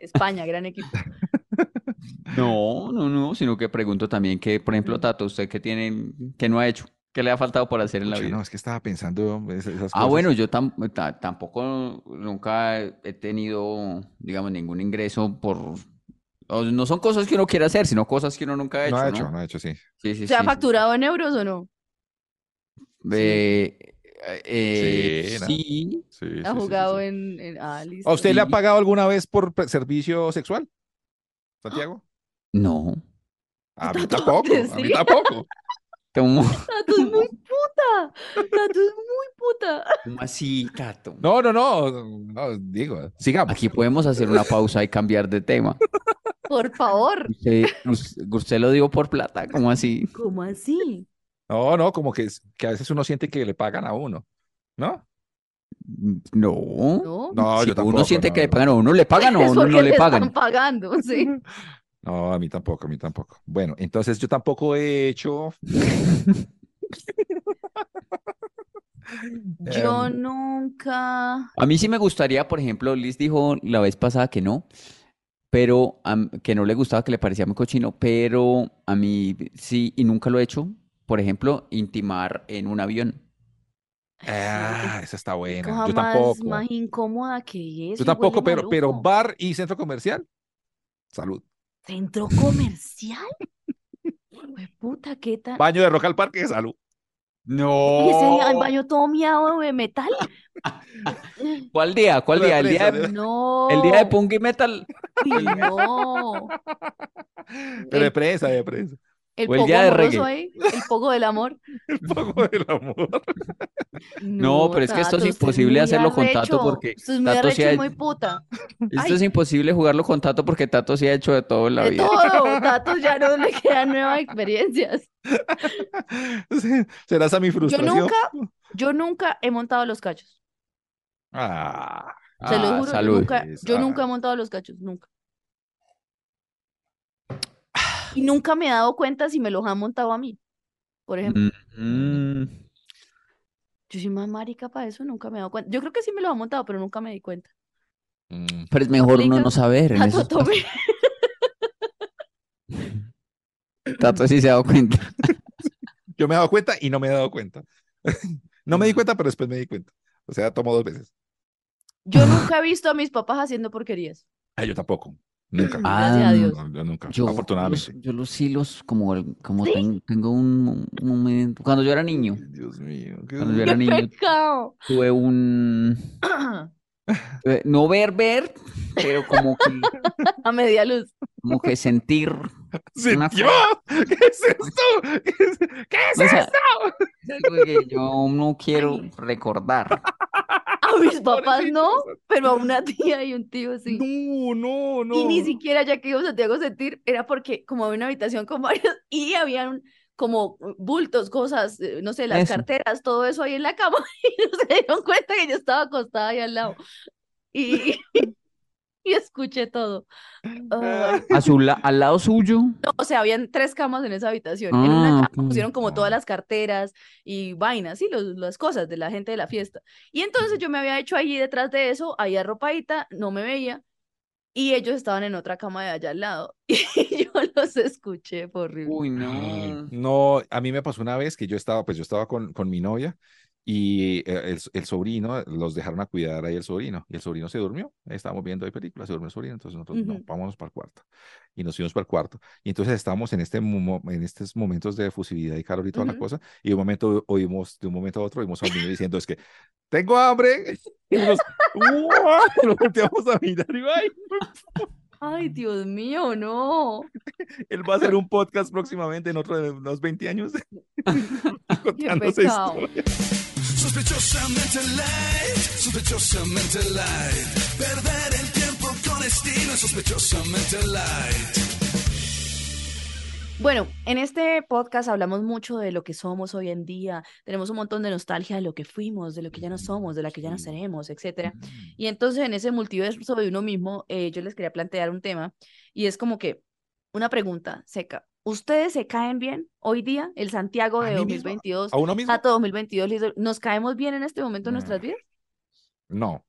España, gran equipo. No, no, no, sino que pregunto también que, por ejemplo, Mm. Tato, ¿usted qué tiene, qué no ha hecho? ¿Qué le ha faltado por hacer en la Pucha, vida? no, es que estaba pensando es- esas Ah, cosas. bueno, yo tam- ta- tampoco nunca he tenido, digamos, ningún ingreso por... o No son cosas que uno quiera hacer, sino cosas que uno nunca ha No hecho, ha ¿no? hecho, no ha hecho, sí. Sí, sí, sí, ¿Se ha sí, sí. facturado en euros o no? Eh, eh, Sí, no. sí, Sí, sí, ¿Ha sí, sí, jugado sí. en, en- Ah, ¿A listo. usted le ha Sí. pagado alguna vez por pre- servicio sexual, Santiago? no. A mí Tato, tampoco, ¿en a mí serio? tampoco. ¿Cómo, Tato es muy puta. Tato es muy puta. cómo así, Tato? No, no, no, no, digo, sigamos. Aquí podemos hacer una pausa y cambiar de tema. Por favor. Usted, us- usted lo digo por plata, ¿cómo así? ¿Cómo así? No, no, como que, es- que a veces uno siente que le pagan a uno, ¿no? No. ¿No? No, Si yo uno tampoco, siente no, que le no. pagan a uno, le pagan o a Es uno porque Ah, no le le pagan. están pagando, sí. No, a mí tampoco, a mí tampoco. Bueno, entonces yo tampoco he hecho. Yo Eh, em, nunca. A mí sí me gustaría, por ejemplo, Liz dijo la vez pasada que no, pero am- que no le gustaba, que le parecía muy cochino, pero a mí sí, y nunca lo he hecho, por ejemplo, intimar en un avión. ah, esa está Qué buena. cosa Yo más, tampoco. más incómoda que eso Yo y huele tampoco, pero, pero maluco. bar y centro comercial. Salud. ¿Centro comercial? Pues puta, ¿qué tal? Baño de Rock al Parque, salud. ¿Y ese No. baño todo miado de metal? ¿Cuál día? ¿Cuál Lo de día? El día fresa, de, No. el día de punk y metal Uy, no. Pero de El, prensa, de prensa. el o el pogo día de amoroso reggae. ahí, el pogo del amor. El poco del amor. No, No, pero es que esto es Tato, usted imposible muy hacerlo con Tato arrecho. porque Usted es muy Tato sí arrecho y ha- muy puta. Esto Ay. es imposible jugarlo con Tato porque Tato sí ha hecho de todo en la De vida. todo, Tato ya no le quedan nuevas experiencias. Sí, Será esa mi Yo frustración. nunca, yo nunca he montado los cachos. Ah, Se lo Ah, juro, yo salud. nunca, yo Ah. nunca he montado los cachos, nunca. Y nunca me he dado cuenta si me los han montado a mí, por ejemplo. Mm, Yo soy más marica para eso, nunca me he dado cuenta. Yo creo que sí me los han montado, pero nunca me di cuenta. Ah, mm, pero es mejor uno Aplica- no saber en Tato, esos tome. casos. Tato sí se ha dado cuenta. Yo me he dado cuenta y no me he dado cuenta. No me di cuenta, pero después me di cuenta. O sea, tomo dos veces. Yo nunca he visto a mis papás haciendo porquerías. Ah, yo tampoco. Nunca. Gracias a Ah, Dios. No, yo nunca. Yo los, Afortunadamente. yo los hilos como, el- como ¿Sí? ten- tengo un, un momento. Cuando yo era niño, Dios mío. qué Cuando yo ¡Qué era niño, pecado! tuve un. tuve- No ver, ver, pero como que, A media luz. como que sentir. ¡Sí, Una Dios! ¿Qué es esto? ¿Qué es, qué es O sea, esto? es algo que yo no quiero recordar. A mis papás no, Pobrecitos. pero a una tía y un tío sí. No, no, no. Y ni siquiera ya que iba a Santiago sentir, era porque como había una habitación con varios y habían como bultos, cosas, eh, no sé, las Eso. carteras, todo eso ahí en la cama y no se dieron cuenta que yo estaba acostada ahí al lado. Y, y escuché todo. Ay, A su la- al lado suyo. no, o sea, habían tres camas en esa habitación. En una Ah, cama ok. pusieron como todas Ah. las carteras y vainas, y los- las cosas de la gente de la fiesta. Y entonces yo me había hecho allí detrás de eso, ahí arropadita, no me veía, y ellos estaban en otra cama de allá al lado. Y yo los escuché, fue horrible. Uy, Ay, no. No, a mí me pasó una vez que yo estaba, pues yo estaba con, con mi novia y eh, el, el sobrino, los dejaron a cuidar ahí el sobrino, y el sobrino se durmió, ahí estábamos viendo ahí películas, se durmió el sobrino, entonces nosotros, no, Ujú. vámonos para el cuarto, y nos fuimos para el cuarto, y entonces estábamos en, este, mo- en estos momentos de efusividad y calor y toda la Ujú. cosa, y de un momento oímos, de un momento a otro, oímos a un niño diciendo, es que, tengo hambre, y nos, ¡Uah! y nos volteamos a mirar, y ¡ay! Ay, Dios mío, no. Él va a hacer un podcast próximamente en otro de unos 20 años. contando esa pecado. historia. Sospechosamente light, sospechosamente light. Perder el tiempo con estilo, es sospechosamente light. Bueno, en este podcast hablamos mucho de lo que somos hoy en día, tenemos un montón de nostalgia de lo que fuimos, de lo que ya no somos, de la que ya no Sí. seremos, etcétera. Y entonces en ese multiverso de uno mismo, eh, yo les quería plantear un tema y es como que una pregunta seca. ¿Ustedes se caen bien hoy día, el Santiago ¿A de mí mismo? 2022, ¿A uno mismo? Tato 2022, Lizo- ¿nos caemos bien en este momento en No. nuestras vidas? No.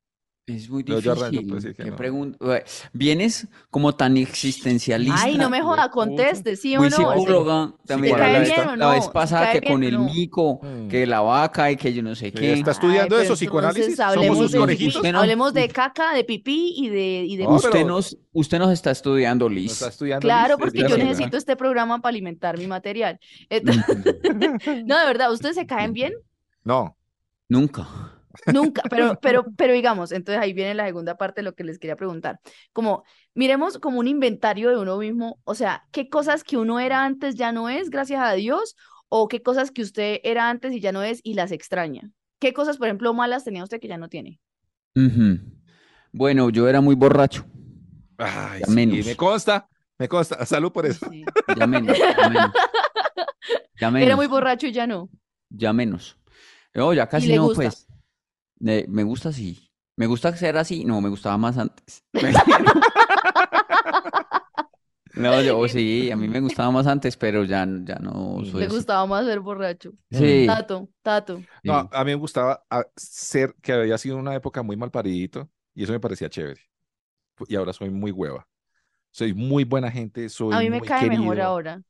Es muy No, yo arranco, pues, difícil. sí que Qué no. pregunta. Vienes como tan existencialista. Ay, no me hijo de puta. joda, conteste, ¿sí o Muy no? Este, ¿Se- psicóloga también. ¿Se cae la, vez- bien o la vez no? ¿Se pasada cae que bien con o el no? mico, Mm. que la vaca y que yo no sé Sí, qué. Está estudiando Ay, eso, pero psicoanálisis. entonces Somos hablemos sus de conejitos. Ah, Usted no- Hablemos de caca, de pipí y de, y de No, usted, pero- nos, usted nos está estudiando, No está Liz. estudiando. Claro, Liz, porque de yo verdad. necesito este programa para alimentar mi material. Entonces, no, de verdad, ¿ustedes se caen bien? No. Nunca. Nunca, pero, pero, pero digamos, entonces ahí viene la segunda parte de lo que les quería preguntar. Como, miremos como un inventario de uno mismo, o sea, ¿qué cosas que uno era antes ya no es, gracias a Dios? ¿O qué cosas que usted era antes y ya no es y las extraña? ¿Qué cosas, por ejemplo, malas tenía usted que ya no tiene? Ujú. Bueno, yo era muy borracho. Ay, Ya sí, menos. me consta. Me consta. Salud por eso. Sí. Ya menos. Ya menos. Ya Era muy menos. borracho y ya no. Ya menos. No, ya casi le no, gusta? pues. Eh, me gusta así. Me gusta ser así. No, me gustaba más antes. No, yo sí, a mí me gustaba más antes, pero ya, ya no soy Le así. gustaba más ser borracho. pues. Sí, Tato, tato. sí. No, a mí me gustaba ah, ser que había sido una época muy mal paridito y eso me parecía chévere. Y ahora soy muy hueva. Soy muy buena gente, soy A mí me muy cae querido. mejor ahora.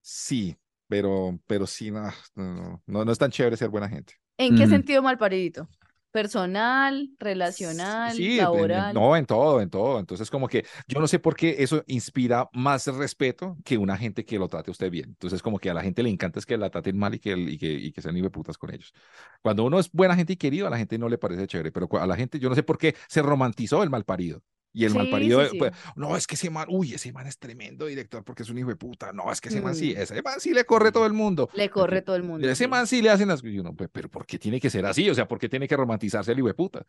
Sí, pero, pero sí, no, no, no, no, no es tan chévere ser buena gente. ¿En qué Ujú. sentido malparidito? Personal, relacional, Sí, en- en- laboral. no, en todo, en todo. Entonces, como que yo no sé por qué eso inspira más respeto que una gente que lo trate a usted bien. Entonces, como que a la gente le encanta es que la traten mal y que, y que, y que sean putas con ellos. Cuando uno es buena gente y querido, a la gente no le parece chévere, pero cu- a la gente, yo no sé por qué se romantizó el malparido. Y el Sí, malparido, sí, eh, sí. pues, no, es que ese man, uy, ese man es tremendo director porque es un hijo de puta. No, es que ese man sí, Mm. ese man sí le corre todo el mundo. Le corre todo el mundo. Mira, ese sí. man sí le hacen las... Y uno, "Pe- pero ¿por qué tiene que ser así? O sea, ¿por qué tiene que romantizarse el hijueputa?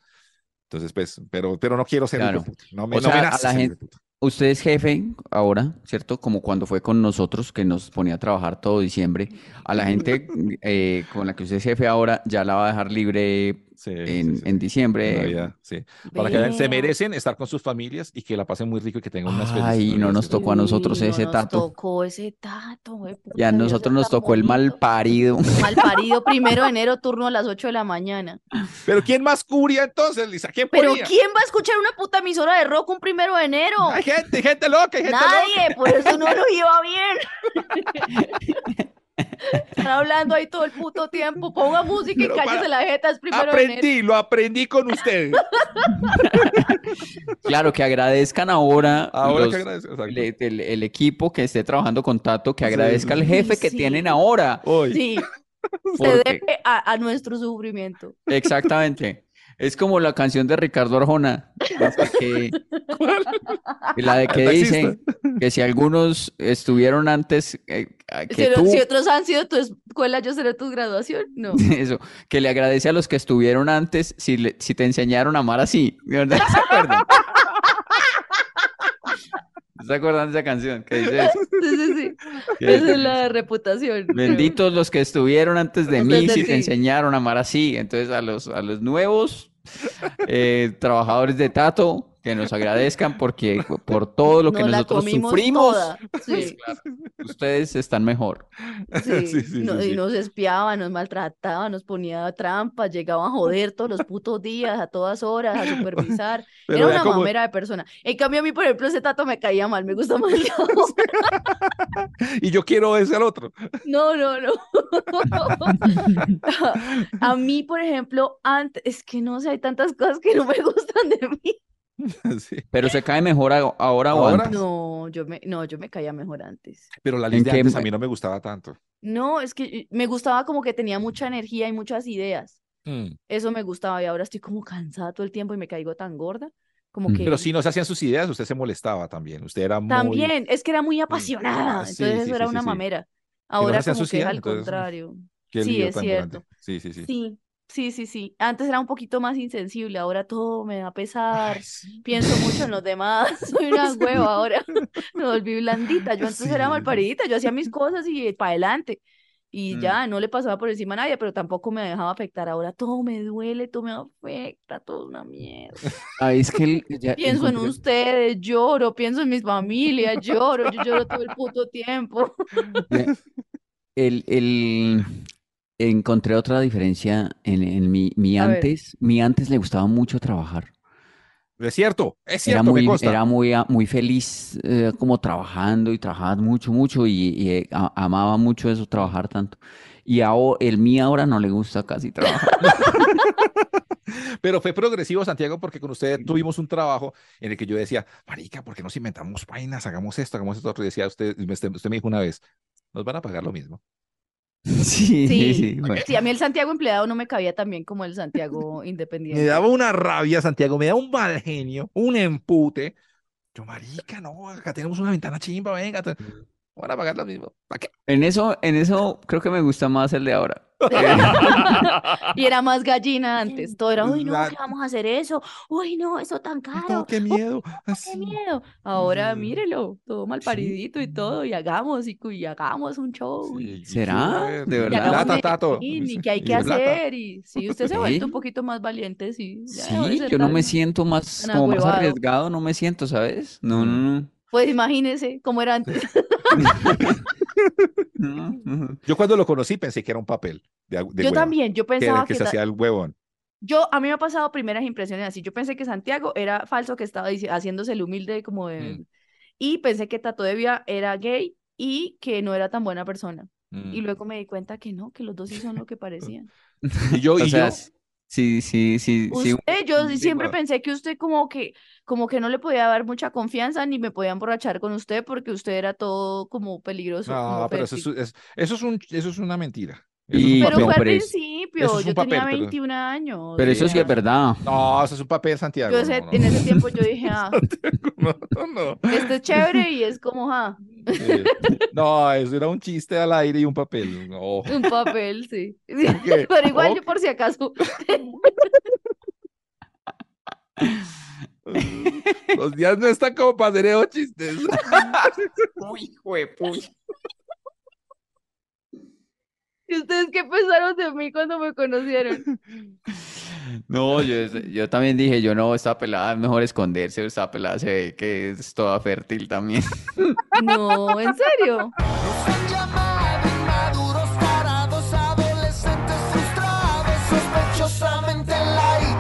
Entonces, pues, pero, pero no quiero ser Claro. hijueputa. No me, O no me sea, a nace la ser gente- hijueputa. Usted es jefe ahora, ¿cierto? Como cuando fue con nosotros, que nos ponía a trabajar todo diciembre. A la gente eh, con la que usted es jefe ahora, ya la va a dejar libre Sí, sí, en, sí. en En diciembre. Navidad, sí. Para que vean, se Vea. merecen estar con sus familias y que la pasen muy rico y que tengan unas felices Ay, no Navidades. nos Sí, tocó a nosotros Uy, no ese nos tato. tocó ese tato, güey, Y a puta, debió ser nosotros nos tan tocó el mal bonito. parido. Mal parido, primero de enero, turno a las 8 de la mañana. Pero ¿quién más curia entonces, Lisa? ¿Quién Pero ponía? ¿quién va a escuchar una puta emisora de rock un primero de enero? Hay gente, gente loca, hay gente loca. Nadie, por eso no nos iba bien. Están hablando ahí todo el puto tiempo. Ponga música y Pero cállese para- la jeta, es primero de enero. Aprendí, lo aprendí con ustedes. Claro, que agradezcan ahora, Ahora los- que agradezco. exacto. el, el- el equipo que esté trabajando con Tato, que Sí, agradezca al sí. jefe Sí, que sí. tienen ahora. Hoy. Sí, se porque- debe a, a nuestro sufrimiento. Exactamente. Es como la canción de Ricardo Arjona, la que, la de que El taxista. dicen que si algunos estuvieron antes eh, a- Si, que tú, si otros han sido tu escuela, yo seré tu graduación. No. eso, que le agradece a los que estuvieron antes si, le- si te enseñaron a amar así. ¿De verdad se acuerdan? ¿Se acuerdan de esa canción? Que dice eso? Sí, sí, sí. Que- Esa es la reputación. Benditos los que estuvieron antes de Antes mí, de si ti. te enseñaron a amar así. Entonces, a los, a los nuevos eh, trabajadores de Tato, que nos agradezcan porque por todo lo que Nos la nosotros comimos sufrimos, toda. pues, Sí, claro, ustedes están mejor. sí. Sí, sí, No- sí, y sí. nos espiaba, nos maltrataba, nos ponía trampas, llegaba a joder todos los putos días, a todas horas, a supervisar. Pero Era vea una cómo- mamera de persona. En cambio, a mí, por ejemplo, ese tato me caía mal, me gusta más. el otro. Y yo quiero ese al otro. No, no, no. A mí, por ejemplo, antes, es que no sé, hay tantas cosas que no me gustan de mí. Sí. Pero se cae mejor a- ahora o ¿Ahora? antes. No, yo me, no, yo me caía mejor antes. Pero la ¿En lista qué antes mo- a mí no me gustaba tanto. No, es que me gustaba como que tenía mucha energía y muchas ideas. Mm. Eso me gustaba y ahora estoy como cansada todo el tiempo y me caigo tan gorda. Como Ujú. que Mm, Pero si no se hacían sus ideas, usted se molestaba también. Usted era muy... también, es que era muy apasionada, Ah, sí, entonces sí, eso sí, era sí, una sí. mamera. no Ahora se hacían como sus que es ideas, al entonces, uf. contrario. Qué Sí, lío es tan grande. cierto. Sí, sí, sí. Sí, sí, sí, sí. Antes era un poquito más insensible, ahora todo me da Ay, pesar. sí. Pienso mucho en los demás, soy una hueva ahora. Me volví blandita. Yo antes Sí, era sí, malparidita, yo hacía mis cosas y para adelante. Y Mm. ya, no le pasaba por encima a nadie, pero tampoco me dejaba afectar. Ahora todo me duele, todo me afecta, todo es una mierda. Ah, es que el- Eh, ya Pienso en encontré- ustedes, lloro, pienso en mis familias, lloro, yo lloro todo el puto tiempo. el- el- encontré otra diferencia en, en mi, mi A ver. antes. Mi antes le gustaba mucho trabajar. Es cierto, es Era cierto, me muy, consta. era muy, a- muy feliz eh, como trabajando y trabajaba mucho, mucho y, y, eh, a- amaba mucho eso, trabajar tanto. Y ahora, el mí ahora no le gusta casi trabajar. Pero fue progresivo, Santiago, porque con usted tuvimos un trabajo en el que yo decía, marica, ¿por qué nos inventamos vainas? Hagamos esto, hagamos esto. otro". Y decía, usted, me- usted usted me dijo una vez, nos van a pagar lo mismo. Sí, Sí, bueno. Sí, a mí el Santiago empleado no me cabía tan bien como el Santiago Me independiente. daba una rabia, Santiago, me daba un mal genio, un empute. Yo, marica, no, acá tenemos una ventana chimba, venga, te- van a pagar lo mismo. ¿Para qué? En eso, en eso creo que me gusta más el de ahora. Eh, Y era más gallina antes. Todo era, uy, no, La- ¿qué vamos a hacer eso? Uy, no, eso tan caro. No, qué miedo. ¡Qué Así. miedo! Ahora sí. mírelo, todo malparidito y todo, y hagamos, y, cu- y hagamos un show, y, Sí, ¿Será? qué ¿De ver- y verdad? hagamos Plata, un tato. festín, y qué hay que Plata. hacer, y si usted se ha vuelto un Ok. poquito más valiente, sí, ya Sí, debe ser yo no tan- me siento más, tan como más agüevado. arriesgado, no me siento, ¿sabes? No, no, Pues imagínese cómo era antes. no. no. Yo cuando lo conocí pensé que era un papel de, agu- de Yo hueva, también, yo que era pensaba el que que se ta- hacía el huevón. Yo, a mí me ha pasado primeras impresiones así. Yo pensé que Santiago era falso, que estaba dici- haciéndose el humilde como de... Mm. Y pensé que Tato de Vía era gay y que no era tan buena persona. Y Mm. luego me di cuenta que no, que los dos sí son lo que parecían. Y yo, O y yo, sea, sí, sí, sí, sí. Usted, yo sí, siempre bueno. pensé que usted como que, como que no le podía dar mucha confianza ni me podía emborrachar con usted porque usted era todo como peligroso, como no, pero eso es, fértil. es- eso es un, eso es una mentira. Eso Y- es un Pero papel. fue no, al pero es- principio, eso es yo un tenía papel, pero- 21 años, Pero o eso sí es sea, verdad. No, eso es un papel, Santiago. Yo no, ese- no, en no. ese tiempo yo dije, ah, No, no, no. este es chévere y es como, ah, Sí. No, eso era un chiste al aire y un papel. No. un papel, sí. Ok, Pero igual yo ok. por si acaso, Los días no están como para hacer esos chistes. ¿y ustedes qué pensaron de mí cuando me conocieron? No, yo, yo también dije, yo no, esta pelada es mejor esconderse, esta pelada se ve que es toda fértil también. No, en serio. Nos han llamado inmaduros, tarados, adolescentes frustrados, sospechosamente light.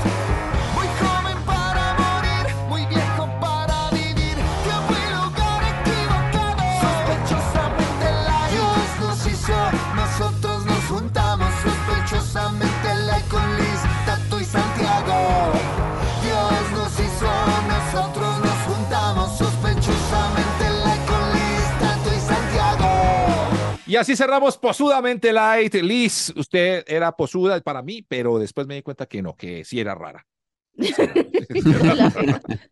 Muy joven para morir, muy viejo para vivir. Tiempo y lugar equivocado, sospechosamente light. Dios nos hizo Y así cerramos posudamente light. Liz, usted era posuda para mí, pero después me di cuenta que no, que sí era rara. De la vida.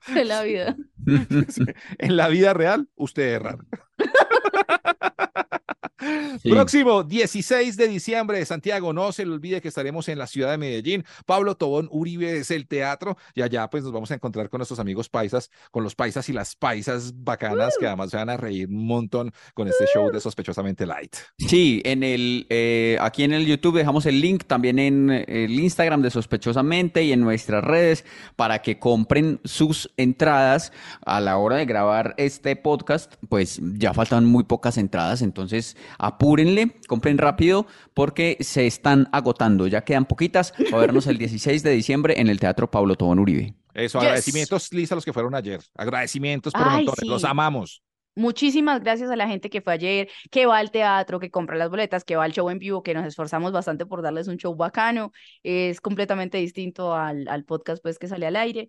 De la vida. En la vida real, usted es raro. Sí. Próximo 16 de diciembre, Santiago. No se le olvide que estaremos en la ciudad de Medellín. Pablo Tobón Uribe es el teatro y allá pues nos vamos a encontrar con nuestros amigos paisas, con los paisas y las paisas bacanas Uh. que además se van a reír un montón con este show de sospechosamente light. Sí, en el, eh, aquí en el YouTube dejamos el link también en eh, el Instagram de Sospechosamente y en nuestras redes para que compren sus entradas a la hora de grabar este podcast. Pues ya faltan muy pocas entradas, entonces apúrenle, compren rápido porque se están agotando. Ya quedan poquitas. A vernos el 16 de diciembre en el Teatro Pablo Tobón Uribe. Eso, Yes. agradecimientos, Liz, a los que fueron ayer. Agradecimientos por Ay, montones. sí. Los amamos. Muchísimas gracias a la gente que fue ayer, que va al teatro, que compra las boletas, que va al show en vivo, que nos esforzamos bastante por darles un show bacano. Es completamente distinto al, al podcast pues que sale al aire.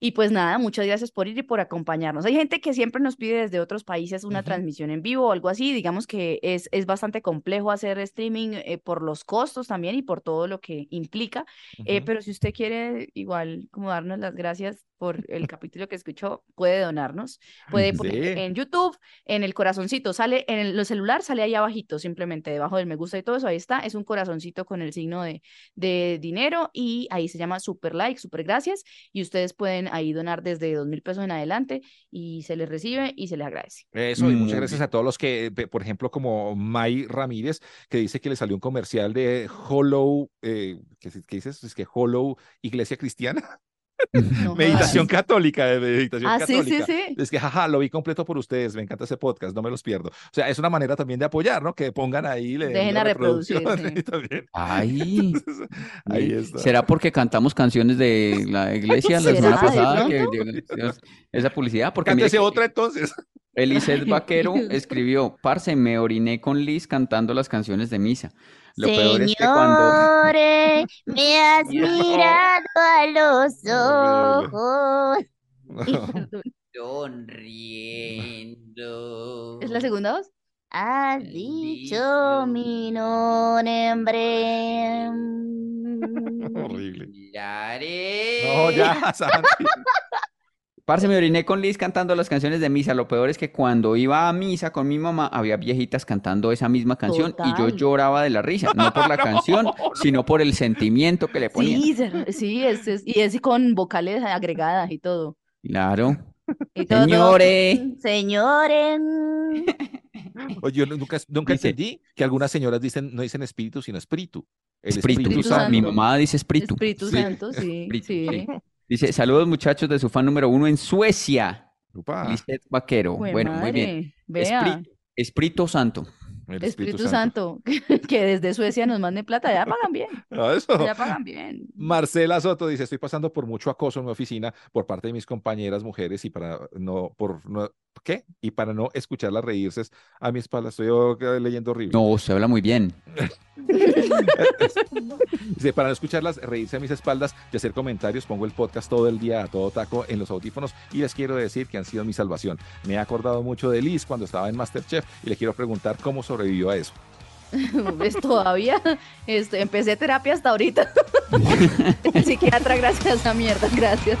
Y pues nada, muchas gracias por ir y por acompañarnos. Hay gente que siempre nos pide desde otros países una Ujú. transmisión en vivo o algo así. Digamos que es, es bastante complejo hacer streaming eh, por los costos también y por todo lo que implica. Eh, Ujú. pero si usted quiere igual como darnos las gracias por el capítulo que escuchó, puede donarnos. Puede poner Sí. en YouTube, en el corazoncito, sale en el lo celular, sale ahí abajito, simplemente debajo del me gusta y todo eso, ahí está, es un corazoncito con el signo de, de dinero y ahí se llama super like, super gracias y ustedes pueden ahí donar desde dos mil pesos en adelante y se les recibe y se les agradece. Eso, y Muy Mm, muchas gracias a todos los que, pe- por ejemplo, como May Ramírez, que dice que le salió un comercial de Hollow, eh, ¿qué, se- qué dices? Es que Hollow Iglesia Cristiana, No Meditación jodas. Católica, de Meditación Ah, sí, Católica. sí, sí. Es que, jaja, lo vi completo por ustedes, me encanta ese podcast, no me los pierdo. O sea, es una manera también de apoyar, ¿no? Que pongan ahí, le den Dejen la a reproducir, reproducción sí. y también. Ay. Entonces, ahí Mire, está. ¿Será porque cantamos canciones de la iglesia la ¿Será semana de pasada? que pronto? llegó- esa publicidad, porque mire Cántese que otra entonces. Eliseth Ay, Vaquero Dios. escribió, parce, me oriné con Liz cantando las canciones de misa. Lo peor es que cuando... Señores, me has No. mirado a los Horrible. ojos. Perdón. Sonriendo. ¿Es la segunda voz? Has Bendito dicho mi nombre. Horrible. No, ya, Santi. Parce, me oriné con Liz cantando las canciones de misa. Lo peor es que cuando iba a misa con mi mamá, había viejitas cantando esa misma canción y yo Total. lloraba de la risa. No por la canción, sino por el sentimiento que le ponían. Sí, se- sí, es, es- y es con vocales agregadas y todo. Claro. Y todo. Señores. Señores, Oye, yo nunca, nunca Dice- entendí que algunas señoras dicen, no dicen espíritu, sino espíritu. El Espíritu Espíritu Santo. Mi Santo. mamá dice espíritu. Espíritu Sí. Santo, sí, Espíritu, sí. sí. Dice, saludos muchachos de su fan número uno en Suecia, Upa, Lisette Vaquero. Jue Bueno, muy bien. madre, Vea, Espíritu, Espíritu Santo. el Espíritu Santo, que desde Suecia nos manden plata, ya pagan bien, Ah, eso. ya pagan bien. Marcela Soto dice, estoy pasando por mucho acoso en mi oficina por parte de mis compañeras mujeres y para no, por no, ¿qué? Y para no escucharlas reírse a mi espalda, estoy oh, leyendo horrible. No, se habla muy bien. Dice, para no escucharlas reírse a mis espaldas y hacer comentarios, pongo el podcast todo el día a todo taco en los audífonos y les quiero decir que han sido mi salvación. Me he acordado mucho de Liz cuando estaba en Masterchef y le quiero preguntar cómo sobrevivió a eso. ¿Ves Pues todavía? Este, empecé terapia hasta ahorita. El psiquiatra, gracias a esa mierda, gracias.